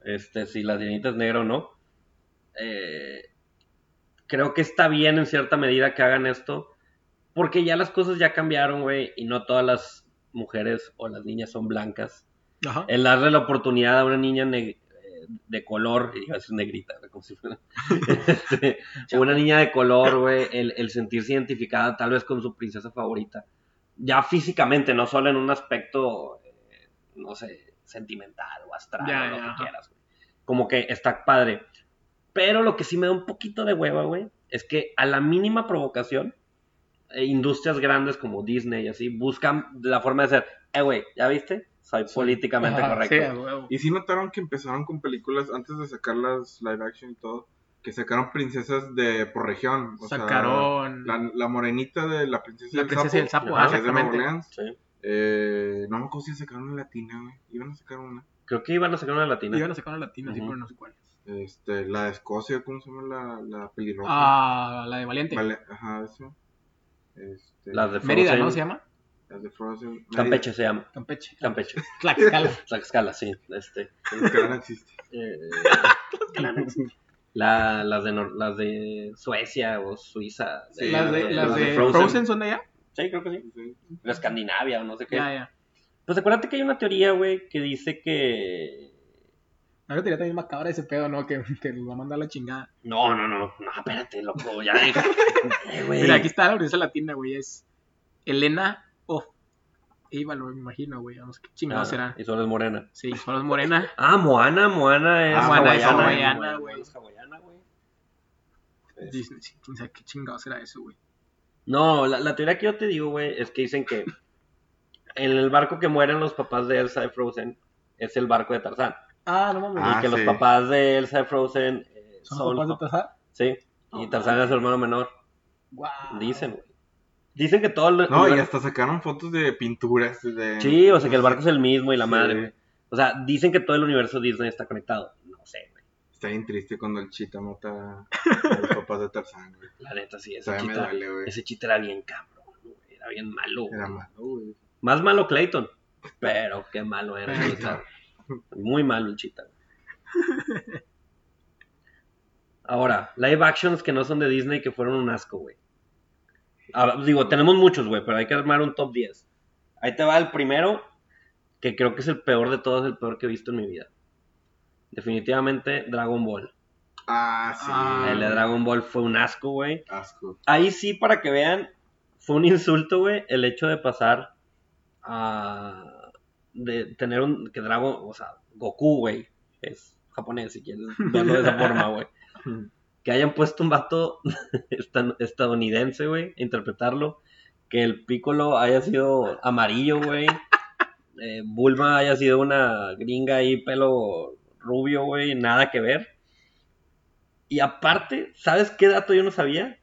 Este, si la sirenita es negra o no. Eh, creo que está bien en cierta medida que hagan esto. Porque ya las cosas ya cambiaron, güey. Y no todas las mujeres o las niñas son blancas.
Ajá.
El darle la oportunidad a una niña neg- eh, de color, y a veces negrita, güey, como si fuera. Este, una niña de color, güey, el, el sentirse identificada tal vez con su princesa favorita. Ya físicamente, no solo en un aspecto, eh, no sé, sentimental o astral,
Ya,
o lo
ya,
que
ajá.
quieras, güey. Como que está padre. Pero lo que sí me da un poquito de hueva, güey, es que a la mínima provocación, eh, industrias grandes como Disney y así buscan la forma de hacer, eh, güey, ¿ya viste? Soy políticamente
Ajá,
correcto.
sí, a huevo.
Y sí notaron que empezaron con películas antes de sacar las live action y todo, que sacaron princesas de por región. O sea,
Sacaron
la, la morenita de la princesa,
la
del,
princesa
sapo,
del sapo. ah,
Ajá,
que es de Nueva
exactamente.
Orleans.
Sí.
Eh, no me acuerdo si sacaron una latina, güey. Iban a sacar una.
Creo que iban a sacar una latina.
Iban a sacar una latina, sí,
Ujú.
pero no sé cuál.
Este, la de Escocia, ¿cómo se llama la, la pelirroja?
Ah, la de Valiente.
Vale, ajá, eso. Este,
Las de
Mérida,
Frozen.
¿no? Se llama
Las de Frozen.
Campeche se llama.
Campeche.
Campeche.
Tlaxcala.
Tlaxcala, sí. Este.
Mérida, que no existe.
eh, la- las, de, Nor- las de Suecia o Suiza.
Sí,
las de,
eh,
las
las
de
de
Frozen.
Frozen.
son de allá.
Sí, creo que sí.
Sí.
O Escandinavia o no sé qué.
Ya, ya.
Pues acuérdate que hay una teoría, güey, que dice que.
Ahora te diría también macabra ese pedo, ¿no? Que, que nos va a mandar la chingada.
No, no, no. No, espérate, loco. Ya. Eh, güey.
Mira, aquí está la princesa latina, güey. Es Elena of Ávalo, me imagino, güey. Vamos, qué
Ah,
chingado será.
Y solo es morena.
Sí, solo es morena.
Ah, Moana, Moana es.
Ah,
hawaiana,
Moana
güey.
es
hawaiana,
Moana
güey.
es hawaiana, güey.
Disney, sí, quién sabe qué chingado será eso, güey.
No, la, la teoría que yo te digo, güey, es que dicen que en el barco que mueren los papás de Elsa de Frozen es el barco de Tarzán.
Ah, no mames.
Ah,
y que los
sí.
papás de Elsa de Frozen eh,
¿Son los papás de
pap-
Tarzán?
Sí, y
No, Ah.
Tarzán es su hermano menor,
Guau.
dicen, güey. Dicen que todo lo- lo-
No, y este- hasta sacaron fotos de pinturas. De...
Sí, o sea, que el barco es el mismo y la
Sí.
madre, güey. O sea, dicen que todo el universo Disney está conectado. No sé, güey.
Está bien triste cuando el chita mata a los papás de Tarzán, güey.
La neta, sí, ese
Todavía me
chita,
duele, güey.
ese chita era bien cabrón, güey. Era bien malo, güey.
Era malo, güey.
Más malo Clayton. Pero qué malo era el Chita. Muy malo el Chita. Ahora, live actions que no son de Disney que fueron un asco, güey. Ahora, digo, tenemos muchos, güey, pero hay que armar un top 10. Ahí te va el primero, que creo que es el peor de todos, el peor que he visto en mi vida. Definitivamente Dragon Ball.
Ah, sí.
Ah,
El de Dragon Ball fue un asco, güey
Asco.
ahí sí, para que vean, fue un insulto, güey, el hecho de pasar a. de tener un. que Dragon. o sea, Goku, güey, es japonés, si quieres verlo de esa forma, güey. Que hayan puesto un vato estan- estadounidense, güey, interpretarlo. Que el Piccolo haya sido amarillo, güey. Eh, Bulma haya sido una gringa ahí, pelo rubio, güey, nada que ver. Y aparte, ¿sabes qué dato yo no sabía?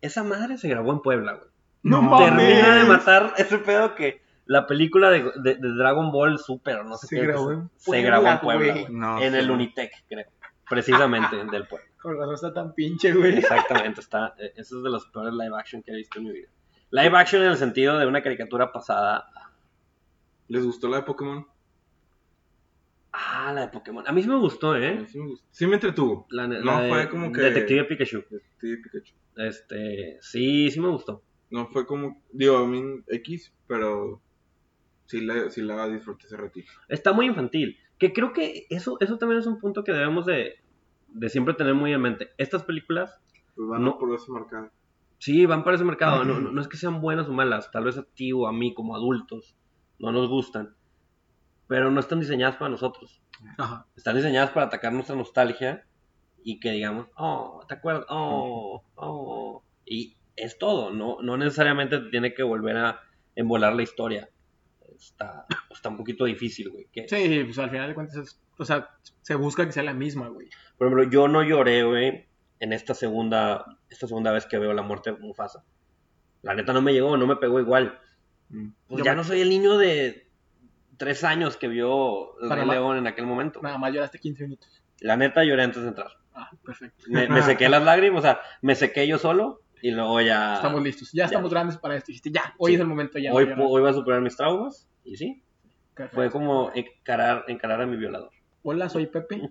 Esa madre se grabó en Puebla, güey.
No
Oh,
Termina de
mames.
matar ese pedo que la película de, de- de Dragon Ball Super, o no sé
Se
qué,
grabó
se-
en
se grabó en
Puebla,
Puebla,
güey.
güey.
No,
en
sí.
el Unitec, creo. Precisamente del Puebla.
Con razón está tan pinche, güey.
Exactamente, está, eh, eso es de los peores live action que he visto en mi vida. Live action en el sentido de una caricatura pasada.
¿Les gustó la de Pokémon?
Ah, la de Pokémon. A mí sí me gustó,
A mí
¿eh?
Sí, me gustó. Sí me entretuvo.
La, ne-
No,
la de
fue como que-
Detective Pikachu.
Este, Pikachu.
Este, sí, sí me gustó.
No fue como, digo, a mí X, pero sí la, sí la disfruté ese ratito.
Está muy infantil. Que creo que eso, eso también es un punto que debemos de, de siempre tener muy en mente. Estas películas
Pues van
No.
por ese mercado.
Sí, van para ese mercado. No, no- no es que sean buenas o malas. Tal vez a ti o a mí como adultos no nos gustan. Pero no están diseñadas para nosotros.
Ajá.
Están diseñadas para atacar nuestra nostalgia y que digamos, oh, ¿te acuerdas? Oh, oh. Y es todo. No, no necesariamente te tiene que volver a envolar la historia. Está, está un poquito difícil, güey. que-
Sí, pues al final de cuentas, es- o sea, se busca que sea la misma, güey.
Por ejemplo, yo no lloré, güey, en esta segunda, esta segunda vez que veo la muerte de Mufasa. La neta no me llegó, no me pegó igual.
Mm.
Pues
Yo
ya
me-
no soy el niño de tres años que vio el Rey
Panamá.
León en aquel momento.
Nada más lloraste 15 minutos.
La neta lloré antes de entrar.
Ah, perfecto.
Me, me sequé las lágrimas, o sea, me sequé yo solo y luego ya.
Estamos listos. Ya,
Ah. ya.
estamos grandes para esto. Dijiste, ya, hoy
Sí.
es el momento ya.
hoy,
ya,
pu- hoy voy a superar mis traumas y sí.
perfecto.
Fue como encarar, encarar a mi violador.
Hola, soy Pepe.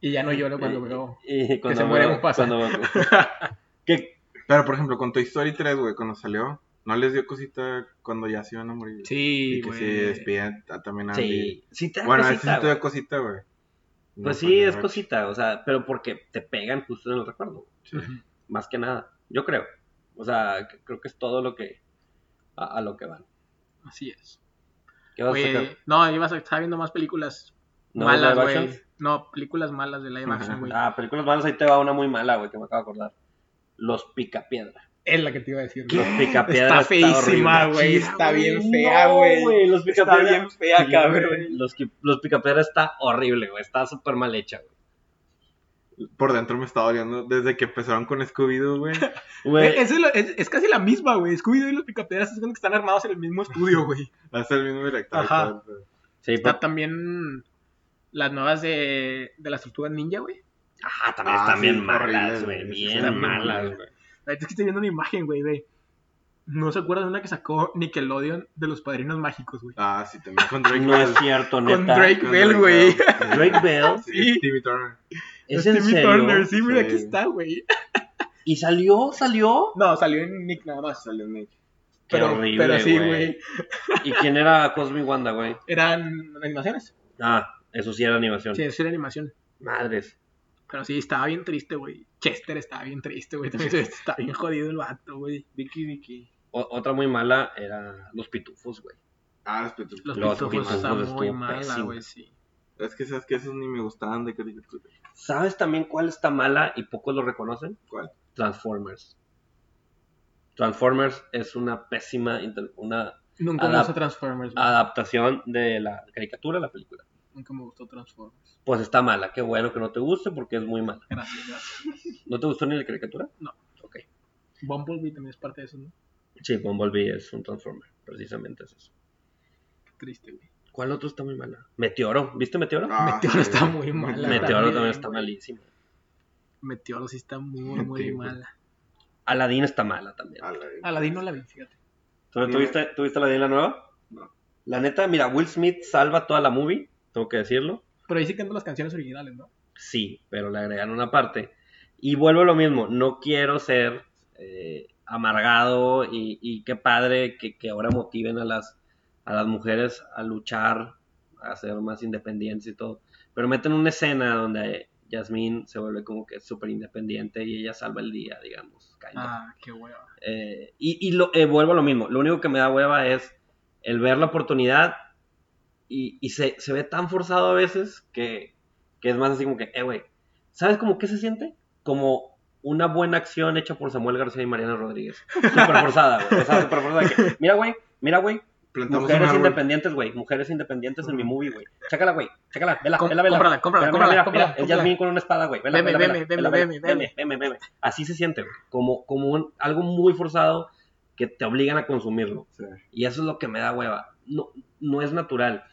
Y ya no lloro cuando
Y-
veo.
y cuando
se
veo-
muere Mufasa.
cuando veo- que
Pero por ejemplo, con Toy Story 3, güey, cuando salió, ¿no les dio cosita cuando ya se iban a morir?
Sí,
Y que se
güey.
despidían a- también a Andy.
sí, sí te da
Bueno, a veces
cosita,
sí te da
güey.
cosita, güey. No,
Pues sí,
no,
es
no.
cosita, o sea, pero porque te pegan justo en el recuerdo.
Ujú.
más que nada, yo creo. O sea, c- creo que es todo lo que a, a lo que van.
Así es.
¿Qué vas
Oye,
a sacar?
no, ibas a estar viendo más películas
¿No
malas,
live
güey.
actions?
No, películas malas de live action, güey.
Ah, películas malas, ahí te va una muy mala, güey, que me acabo de acordar. Los Picapiedra.
Es la que te iba a decir.
Los
güey.
picapiedras
Está feísima,
horrible.
güey.
Chida,
Está bien
güey,
fea,
no,
güey.
los
Está bien fea,
Sí,
cabrón.
güey, Los, qui- los picapiedras está horrible, güey. Está súper mal hecha, güey.
Por dentro me está doliendo desde que empezaron con Scooby-Doo, güey.
Güey,
Es, es lo- es- es casi la misma, güey. Scooby-Doo y los picapiedras es cuando están armados en el mismo estudio, güey.
Hace el mismo director. y
Ajá.
todo el pedo.
sí,
Está
pa-
también las nuevas de, de las tortugas ninja, güey.
Ah, también
Ah,
están
sí,
bien
horrible,
malas, güey.
güey, sí,
Bien
están bien
malas,
malas.
güey.
Ahorita es que estoy viendo una imagen, güey, güey. No se acuerdan de una que sacó Nickelodeon de los padrinos mágicos, güey.
Ah, sí, también con Drake
No
Bell.
es cierto, neta.
Con Drake
Con
Bell, güey.
Bell.
Drake Bell.
Sí,
Sí.
Timmy Turner.
Es
Timmy
en serio.
Turner, sí, mira,
Sí.
aquí está, güey.
Y salió, salió.
No, salió en Nick nada más.
Salió Nick.
Qué
pero,
horrible,
pero sí,
güey.
güey.
¿Y quién era Cosmic Wanda, güey?
Eran animaciones.
Ah, eso sí era animación.
Sí, eso era animación.
Madres.
Pero sí, estaba bien triste, güey. Chester estaba bien triste, güey. También estaba bien jodido el vato, güey.
Vicky, Vicky.
O- otra muy mala era Los Pitufos, güey.
Ah, respeto.
Los,
Los
pitufos
pitufos
están muy
estuvo
mala,
pésimo.
güey, sí.
Es que sabes que esos ni me gustaban de caricatura.
¿Sabes también cuál está mala y pocos lo reconocen?
¿Cuál?
Transformers. Transformers es una pésima inter- una
Nunca me
Adap-
gustó Transformers, güey.
adaptación de la caricatura a la película.
Nunca me gustó Transformers.
Pues está mala, qué bueno que no te guste porque es muy mala.
Gracias, gracias.
¿No te gustó ni la caricatura?
No.
Ok.
Bumblebee también es parte de eso, ¿no?
Sí, Bumblebee es un Transformer, precisamente es eso.
Qué triste, güey.
¿Cuál otro está muy mala? Meteoro, ¿viste Meteoro?
Ah,
Meteoro
sí.
está muy mala.
Meteoro
también,
también, está
güey.
malísimo.
Meteoro sí está muy, muy
Meteoro.
mala.
Aladdin está mala también.
A la-
Aladín no la vi, fíjate.
¿Tú,
Sí.
¿Tuviste, ¿tuviste Aladdin la nueva?
No.
La neta, mira, Will Smith salva toda la movie, tengo que decirlo.
Pero ahí sí cantan las canciones originales, ¿no?
Sí, pero le agregaron una parte. Y vuelvo a lo mismo, no quiero ser eh, amargado y, y qué padre que, que ahora motiven a las, a las mujeres a luchar, a ser más independientes y todo. Pero meten una escena donde Yasmín se vuelve como que súper independiente y ella salva el día, digamos. kind of.
Ah, qué hueva.
Eh, y y lo, eh, vuelvo a lo mismo. Lo único que me da hueva es el ver la oportunidad y, y se, se ve tan forzado a veces que, que es más así como que, eh, güey, ¿sabes como qué se siente? Como una buena acción hecha por Samuel García y Mariana Rodríguez. Súper forzada, güey. O sea, súper forzada. de que, mira, güey, mira, güey.
Plantamos un
Mujeres
árbol.
independientes, güey. Mujeres independientes en mi movie, güey. Chácala, güey. Chácala, vela,
Com-
vela, vela.
cómprala, cómprala,
Mira,
cómprala,
mira,
cómprala,
mira,
cómprala.
Es Jasmine con una espada, güey. Vela,
Veme,
vela, vela,
veme,
vela,
veme,
vela,
veme,
veme, veme, veme. Así se siente, güey. Como, como un- algo muy forzado que te obligan a consumirlo.
Sí.
Y eso es lo que me da hueva. No, no es natural.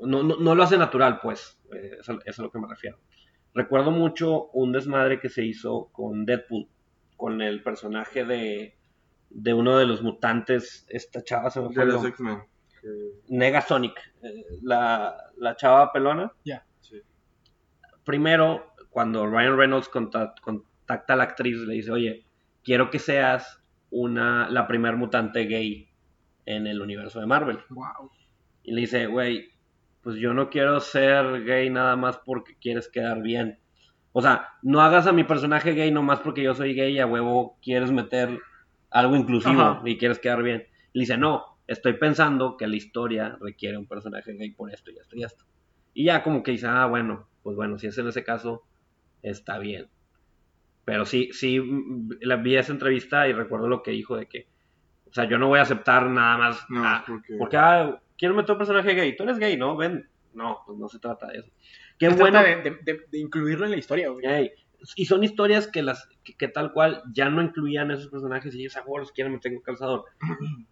No, no, no lo hace natural, pues. Eh, eso, eso es a lo que me refiero. Recuerdo mucho un desmadre que se hizo con Deadpool, con el personaje de, de uno de los mutantes. Esta chava se me fue
De
el
los
nombre.
X-Men. que-
Negasonic, eh, la, la chava pelona.
sí.
Primero, cuando Ryan Reynolds conta- contacta a la actriz, le dice, oye, quiero que seas una, la primer mutante gay en el universo de Marvel.
Wow.
Y le dice, güey, pues yo no quiero ser gay nada más porque quieres quedar bien. O sea, no hagas a mi personaje gay nomás porque yo soy gay y a huevo quieres meter algo inclusivo
Ajá.
y quieres quedar bien. Y le dice, no, estoy pensando que la historia requiere un personaje gay por esto y esto y esto. Y ya como que dice, ah, bueno, pues bueno, si es en ese caso, está bien. Pero sí, sí, mm, la vi esa entrevista y recuerdo lo que dijo de que, o sea, yo no voy a aceptar nada más
No,
a-
porque.
porque, ah, quiero meter un personaje gay. Tú eres gay, ¿no? Ven. No, pues no se trata de eso. Qué
Se
bueno.
trata de, de- de- de incluirlo en la historia, güey.
Ey, Y son historias que las que, que tal cual ya no incluían esos personajes y ellos a huevo los quieren meter con calzador.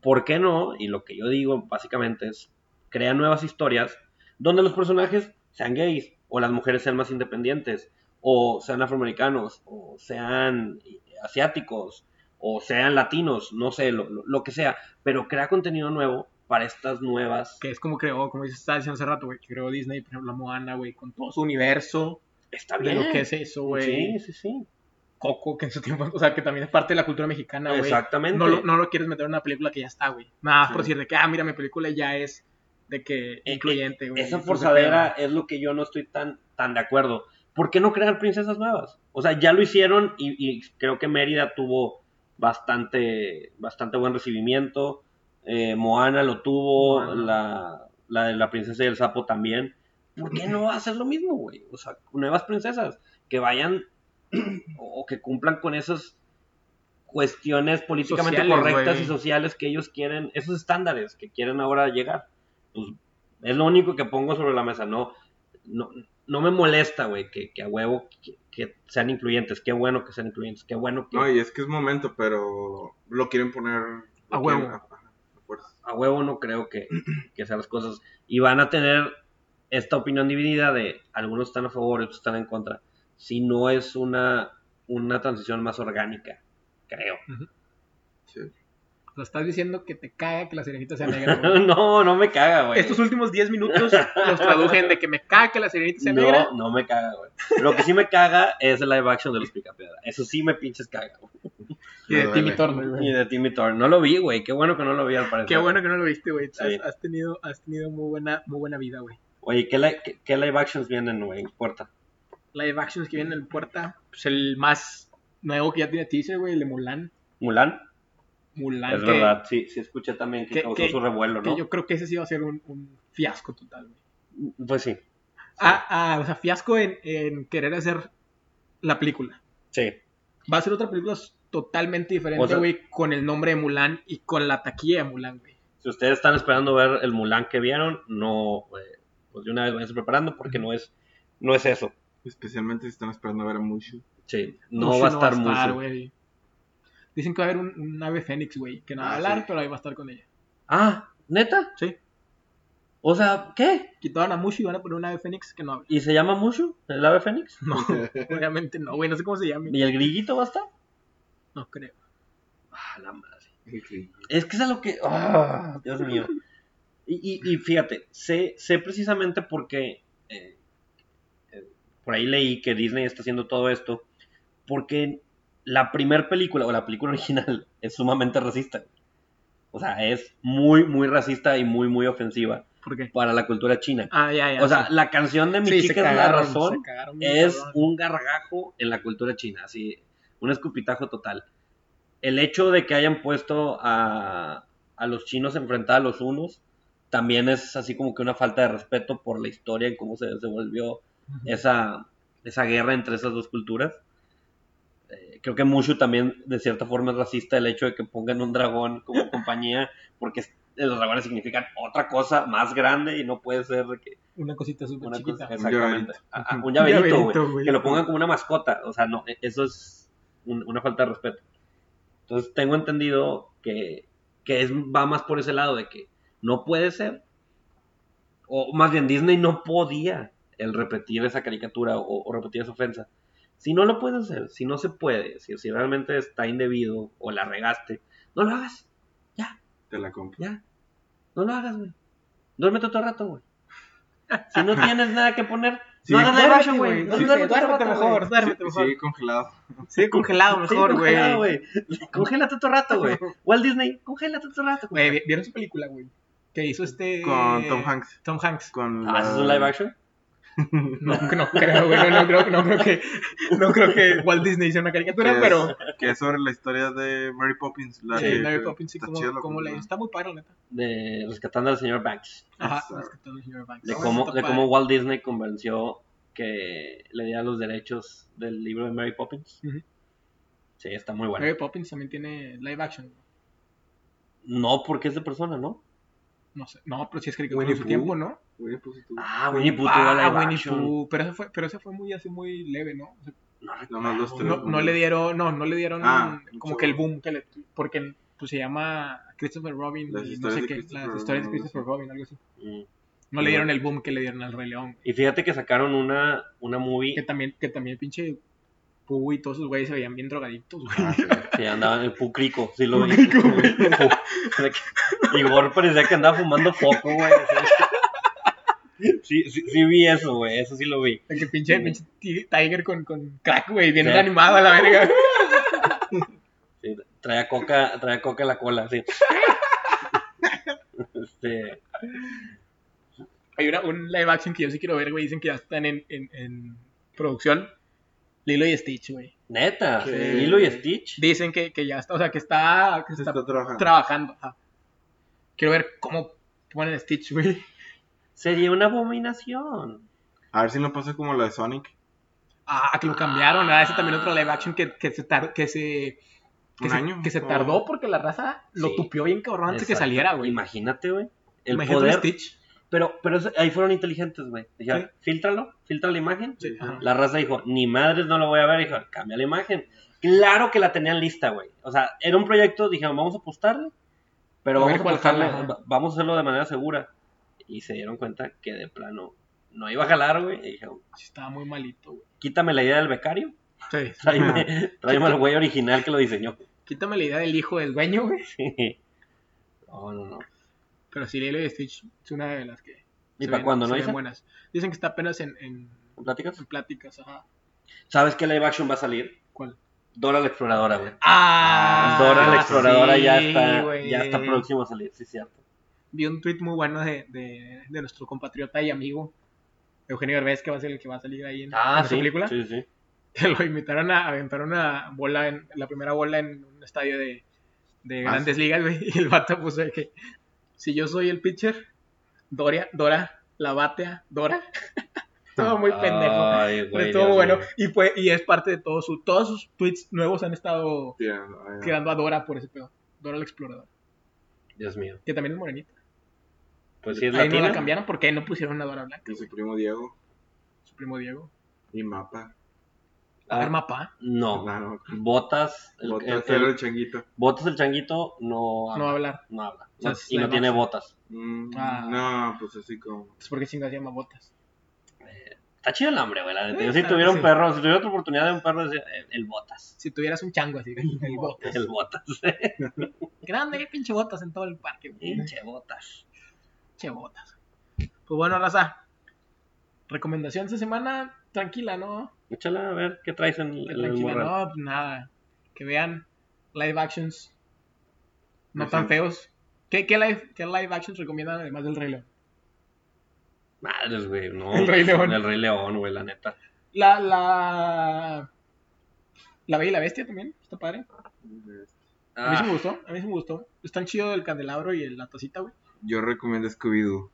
¿Por qué no? Y lo que yo digo básicamente es crea nuevas historias donde los personajes sean gays o las mujeres sean más independientes o sean afroamericanos o sean asiáticos o sean latinos, no sé, lo- lo- lo que sea, pero crea contenido nuevo para estas nuevas
Que es como creó, como dices, estaba diciendo hace rato, güey, que creó Disney, por ejemplo, la Moana, güey, con todo su universo,
Está
de
bien.
lo que es eso, güey.
Sí, sí, sí.
Coco, que en su tiempo, o sea, que también es parte de la cultura mexicana, güey.
Exactamente.
No lo, no lo quieres meter en una película que ya está, güey. Nada, más por
Sí.
decir de que, ah, mira, mi película ya es de que
eh,
incluyente, güey.
Esa
entonces,
forzadera es lo que yo no estoy tan, tan de acuerdo. ¿Por qué no crear princesas nuevas? O sea, ya lo hicieron y, y creo que Mérida tuvo bastante, bastante buen recibimiento. Eh, Moana lo tuvo,
Moana.
La, la de la princesa y el sapo también. ¿Por qué no hacer lo mismo, güey? O sea, nuevas princesas que vayan o o que cumplan con esos cuestiones políticamente
Sociales,
correctas
güey.
y sociales que ellos quieren, esos estándares que quieren ahora llegar. Pues es lo único que pongo sobre la mesa. No, no, no me molesta, güey, que, que a huevo que, que sean incluyentes. Qué bueno que sean incluyentes. Qué bueno que
No, y es que es momento, pero lo quieren poner
A
lo
huevo.
quieren a fuerza.
a huevo no creo que, que sean las cosas. Y van a tener esta opinión dividida de algunos están a favor, otros están en contra. Si no es una, una transición más orgánica, creo.
Sí.
O sea, estás diciendo que te caga que la sirenita sea negra. güey.
no, no me caga, güey.
Estos últimos 10 minutos los tradujen de que me caga que la sirenita sea negra.
No, no me caga, güey. Lo que sí me caga es el live action de los Picapiedra. Eso sí me pinches caga, güey.
Y de
Me
Timmy
duele.
Turner, güey.
Y de Timmy Turner. No lo vi, güey. Qué bueno que no lo vi al parecer.
Qué bueno que no lo viste, güey. Has,
Sí.
has tenido, has tenido muy buena, muy buena vida, güey.
Oye, ¿qué, li- qué- qué live actions vienen, güey? Importa.
Live actions que vienen en puerta. Pues el más nuevo que ya tiene teaser, güey, el de Mulan.
Mulan.
Mulan,
Es
que,
verdad, sí, sí escuché también que,
que-
causó
que-
su revuelo,
que
¿no?
yo creo que ese sí va a ser un, un fiasco total, güey.
Pues sí,
Ah, ah, o sea, fiasco en, en querer hacer la película.
sí.
Va a ser otra película totalmente
O
diferente,
sea-
güey, con el nombre de Mulan y con la taquilla de Mulan, güey.
Si ustedes están esperando ver el Mulan que vieron, no, eh, pues de una vez vayanse preparando porque no es, no es eso.
Especialmente si están esperando a ver a Mushu.
Sí, no
Mushu
va a estar mucho.
güey. Dicen que va a haber un, un ave fénix, güey, que no va a
Ah,
hablar,
sí.
pero ahí va a estar con ella.
Ah, ¿neta?
Sí.
O sea, ¿qué?
Quitaron a Mushu y van a poner un ave fénix que no habla.
¿Y se llama Mushu? ¿El ave fénix?
No, obviamente no, güey, no sé cómo se llama.
¿Y el grillito va a estar?
No creo.
Ah, la madre. Es que es a lo que. ¡Ah! Dios mío. Y, y- y fíjate, sé, sé precisamente porque. eh, eh, por ahí leí que Disney está haciendo todo esto. Porque la primer película, o la película original, es sumamente racista. O sea, es muy, muy racista y muy, muy ofensiva
¿Por qué?
para la cultura china.
Ah, ya, ya.
O sea,
sí.
la canción de Mi
Sí, se
Chica es la
cagaron,
razón
se cagaron bien,
es
cabrón.
un gargajo en la cultura china, así, un escupitajo total. El hecho de que hayan puesto a, a los chinos enfrentados a los unos también es así como que una falta de respeto por la historia y cómo se desenvolvió esa, esa guerra entre esas dos culturas. Eh, Creo que Mushu también, de cierta forma, es racista el hecho de que pongan un dragón como compañía, porque es- los dragones significan otra cosa más grande y no puede ser que
Una cosita súper
una
chiquita.
cosa- exactamente.
llaverito.
Ah, ah,
Ujú.
Un llaverito, güey
Llaverito, güey.
que lo pongan como una mascota. O sea, no, e- eso es un- una falta de respeto. Entonces, tengo entendido que, que es, va más por ese lado de que no puede ser. O más bien, Disney no podía el repetir esa caricatura o, o repetir esa ofensa. Si no lo puedes hacer, si no se puede, si, si realmente está indebido o la regaste, no lo hagas.
Te la compro.
Ya. No lo hagas, güey. Duérmete otro rato, güey. Si no tienes nada que poner,
Sí,
no hagas live
duérmete,
action, güey.
güey.
No,
Sí,
duérmete otro
duérmete
rato,
mejor.
güey.
Duérmete
Sí,
mejor.
sigue congelado.
Sí, congelado
Sí,
mejor, güey.
congelado, güey. Congélate otro rato, güey. Walt Disney, congélate otro rato, güey.
Güey, ¿vi- ¿vieron su película, güey? Que hizo este...
Con Tom Hanks.
Tom Hanks.
Con
Ah, ¿eso es un live action?
No, no creo, güey. No, no creo, no creo que... No creo que Walt Disney hizo una caricatura,
Que es-
pero...
Que es sobre la historia de Mary Poppins. La
Sí,
de-
Mary Poppins sí,
está
como,
chida la
como la...
película.
Está muy padre, la neta.
De rescatando al señor Banks.
Ajá.
Exacto.
es que todo es Hero Banks.
De
Está
cómo, de
padre.
cómo Walt Disney convenció que le diera los derechos del libro de Mary Poppins.
Ujú.
Sí, está muy bueno.
Mary Poppins también tiene live action.
No, porque es de persona, ¿no?
No sé. No, pero sí es caricatura
Winnie
en su
Pooh.
tiempo, ¿no?
Güey, pues, tú.
Ah, Winnie Pooh tuvo
Ah,
live
Winnie
action.
Pooh. Pero eso fue, pero eso fue muy así muy leve, ¿no? O sea,
Nada más los tres.
no, no le dieron, no, no le dieron
Ah,
como
mucho-
que el boom que le porque pues se llama Christopher Robin
Las
y no
historias
sé
de
qué,
Christopher
las historias de
Robin,
Christopher Robin, algo así.
Mm.
No le dieron el boom que le dieron al Rey León, güey.
Y fíjate que sacaron una, una movie
que también, que también pinche Pooh y todos esos güeyes se veían bien drogadictos, güey.
Ah, sí.
que andaba en el Pucrico, sí lo vi. Fu- de que Igor parecía que andaba fumando foco, güey. Sí, sí, sí vi eso, güey, eso sí lo vi.
El que pinche,
Sí.
pinche ti- Tiger con, con crack, güey, bien
Sí.
animado a la verga.
Sí, traía coca, traía coca en la cola, sí. Este,
Hay una, un live action que yo sí quiero ver, güey, dicen que ya están en, en, en producción. Lilo y Stitch, güey.
neta,
Sí.
Lilo y Stitch.
Dicen que, que ya está, o sea, que está, que
Se
está
está trabajando.
Ah. trabajando. ajá. Quiero ver cómo ponen Stitch, güey.
Sería una abominación.
A ver si no pasa como la de Sonic.
Ah, que lo cambiaron. Ah, ese también otro live action que, que se tar- que se Que
Un
se,
año,
que se
o-
tardó porque la raza lo
Sí.
tupió bien cabrón antes que
Exacto.
saliera, güey.
Imagínate, güey. El
Imagínate un
poder.
Stitch.
Pero, pero eso- ahí fueron inteligentes, güey. Dijeron, filtralo, filtra la imagen.
Sí, ajá.
La raza dijo, ni madres, no lo voy a ver. Dijo, cambia la imagen. Claro que la tenían lista, güey. O sea, era un proyecto, dijeron, vamos a apostarle, pero
A
vamos
ver
a
cuál
apostarle,
jala, ajá.
va- vamos a hacerlo de manera segura. Y se dieron cuenta que de plano no iba a jalar, güey. Y dijeron,
Sí, Estaba muy malito, güey.
quítame la idea del becario,
Sí.
tráeme, tráeme al güey original que lo diseñó.
Quítame la idea del hijo del dueño, güey.
No, no, no.
Pero sí, Lilo y Stitch es una de las que.
¿Y
se
para
ven-
cuando
se
no
ven
hay
buenas. Dicen que está apenas en, en,
pláticas?
en pláticas, ajá.
¿Sabes qué live action va a salir?
¿Cuál?
Dora la exploradora, güey.
Ah,
Dora la exploradora ya
sí,
está,
güey.
ya está próximo a salir, sí, cierto.
Vi un tweet muy bueno de, de, de nuestro compatriota y amigo Eugenio Derbez, que va a ser el que va a salir ahí en, en esa película.
Ah, Sí, sí.
Que lo invitaron a aventar una bola, en, la primera bola en un estadio de, de
Ah,
grandes ligas, güey. Y el vato puso de que si yo soy el pitcher, Doria, Dora, la batea, Dora. Estaba muy pendejo.
Ay,
Pero
güey,
estuvo
Dios
bueno.
mío.
Y, fue, y es parte de todo su, todos sus tweets nuevos han estado
Sí, ah, ya.
tirando a Dora por ese pedo. Dora la exploradora.
Dios mío.
Que también es morenita.
Pues sí, es
Ahí no
latina.
la cambiaron porque ahí no pusieron una Dora blanca.
Y su primo Diego.
Su primo Diego.
Y mapa.
Ah,
Arma pa.
No.
Ah, no.
Botas. El,
Botas
el-
era
el-
el changuito.
botas el changuito no
No va a
habla.
hablar.
No habla.
O sea,
No-
es
y no
la
tiene
imagen.
botas.
Mm,
Ah.
No, pues así como.
Entonces, ¿por qué chingas llama botas?
Está chido el hambre, güey. La neta. Yo
Eh,
si
claro
tuviera
que
un
sí.
perro, si tuviera otra oportunidad de un perro, decía, eh, el botas.
Si tuvieras un chango así. El botas.
El botas. eh,
Grande, qué pinche botas en todo el parque. güey.
Pinche botas.
Pinche botas. Pues bueno, raza. Recomendación esta semana. Tranquila, ¿no?
Échala a ver qué traes en el, en el
Tranquila,
morral.
no, pues nada. Que vean live actions no
Sí,
tan
sí.
feos. ¿Qué, qué, live, ¿Qué live actions recomiendan además del Rey León?
Madres, güey. No.
El Rey León.
El Rey León, güey, la neta.
La, la. La Bella y la Bestia también, está padre. A mí sí
Ah,
me gustó, a mí sí me gustó. Están chido el candelabro y el- la tacita, güey.
Yo recomiendo Scooby-Doo.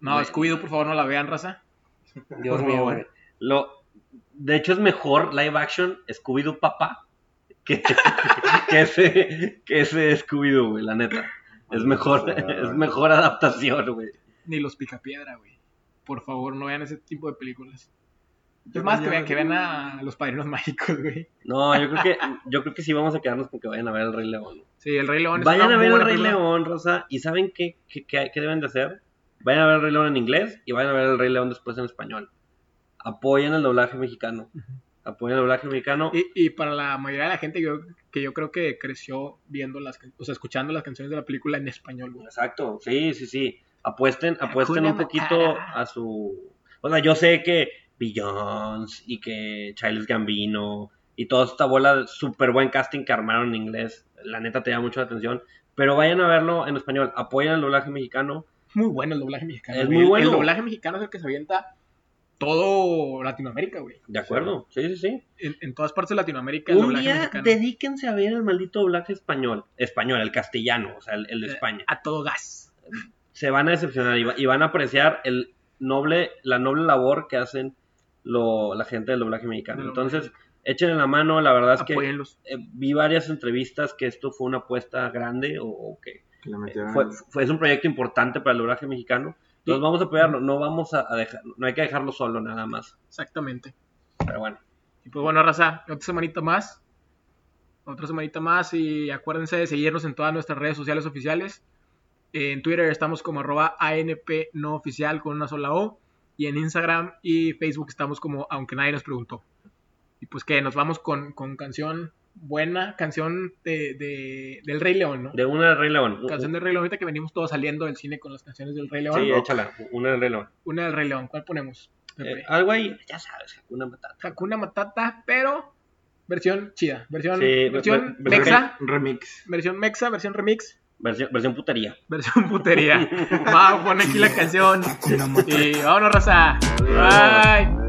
No,
Bueno.
Scooby-Doo, por favor, no la vean, raza.
Dios
Por
mío,
favor.
güey. Lo, de hecho, es mejor live action Scooby-Doo papá que, que ese, que ese Scooby-Doo, güey, la neta. Es mejor, es mejor adaptación, güey.
Ni los Picapiedra, güey. Por favor, no vean ese tipo de películas. Es más, que vean, que vean a los padrinos mágicos, güey.
No, yo creo que, yo creo que sí vamos a quedarnos con que vayan a ver el Rey León.
Sí, el Rey León es
Vayan
una
a
muy
ver el
buena
Rey
película.
León, Rosa, y saben qué, qué, qué hay- qué deben de hacer. Vayan a ver el Rey León en inglés y vayan a ver el Rey León después en español. Apoyen el doblaje mexicano. Apoyen el doblaje mexicano.
Y, y para la mayoría de la gente yo, que yo creo que creció viendo las, can- o sea, escuchando las canciones de la película en español, güey.
Exacto, sí, sí, sí. Apuesten, apuesten
Hakuna
un poquito
Matata.
a su. O sea, yo sé que Billions y que Charles Gambino y toda esta bola, súper buen casting que armaron en inglés. La neta te llama mucho la atención. Pero vayan a verlo en español. Apoyen el doblaje mexicano.
Muy bueno el doblaje mexicano.
Es
güey.
muy
El-
bueno.
El doblaje mexicano es el que se avienta todo Latinoamérica, güey.
¿De acuerdo? Sí, sí, sí.
En, en todas partes de Latinoamérica el
Un
doblaje
día
mexicano.
dedíquense a ver el maldito doblaje español. Español, el castellano, o sea, el, el de
Eh,
España.
A todo gas.
se van a decepcionar y, va- y van a apreciar el noble, la noble labor que hacen lo, la gente del doblaje mexicano.
Del
Entonces, échenle la mano, la verdad es
Apóyenlos.
que eh, vi varias entrevistas que esto fue una apuesta grande o, o que
Que le
eh,
metieran.
fue, fue- es un proyecto importante para el doblaje mexicano. Entonces
Sí.
vamos a apoyarlo, no vamos a, a dejar, no hay que dejarlo solo nada más.
Exactamente.
Pero bueno,
Y pues bueno, raza, otra semanita más. Otra semanita más y acuérdense de seguirnos en todas nuestras redes sociales oficiales. En Twitter estamos como arroba ANP no oficial con una sola O. Y en Instagram y Facebook estamos como aunque nadie nos preguntó. Y pues que nos vamos con, con canción buena, canción de, de- del Rey León, ¿no?
de una del Rey León.
Canción del Rey León, ahorita que venimos todos saliendo del cine con las canciones del Rey León.
Sí, échala, una del Rey León.
Una del Rey León, ¿cuál ponemos? Pepe?
Eh, algo ahí, ya sabes, una Matata.
Hakuna Matata, pero versión chida, versión,
Sí,
versión
ver- ver-
mexa,
Remix.
versión mexa, versión remix,
Versión, versión putería.
versión putería. Vamos a poner aquí la canción. Y vámonos, raza. Bye.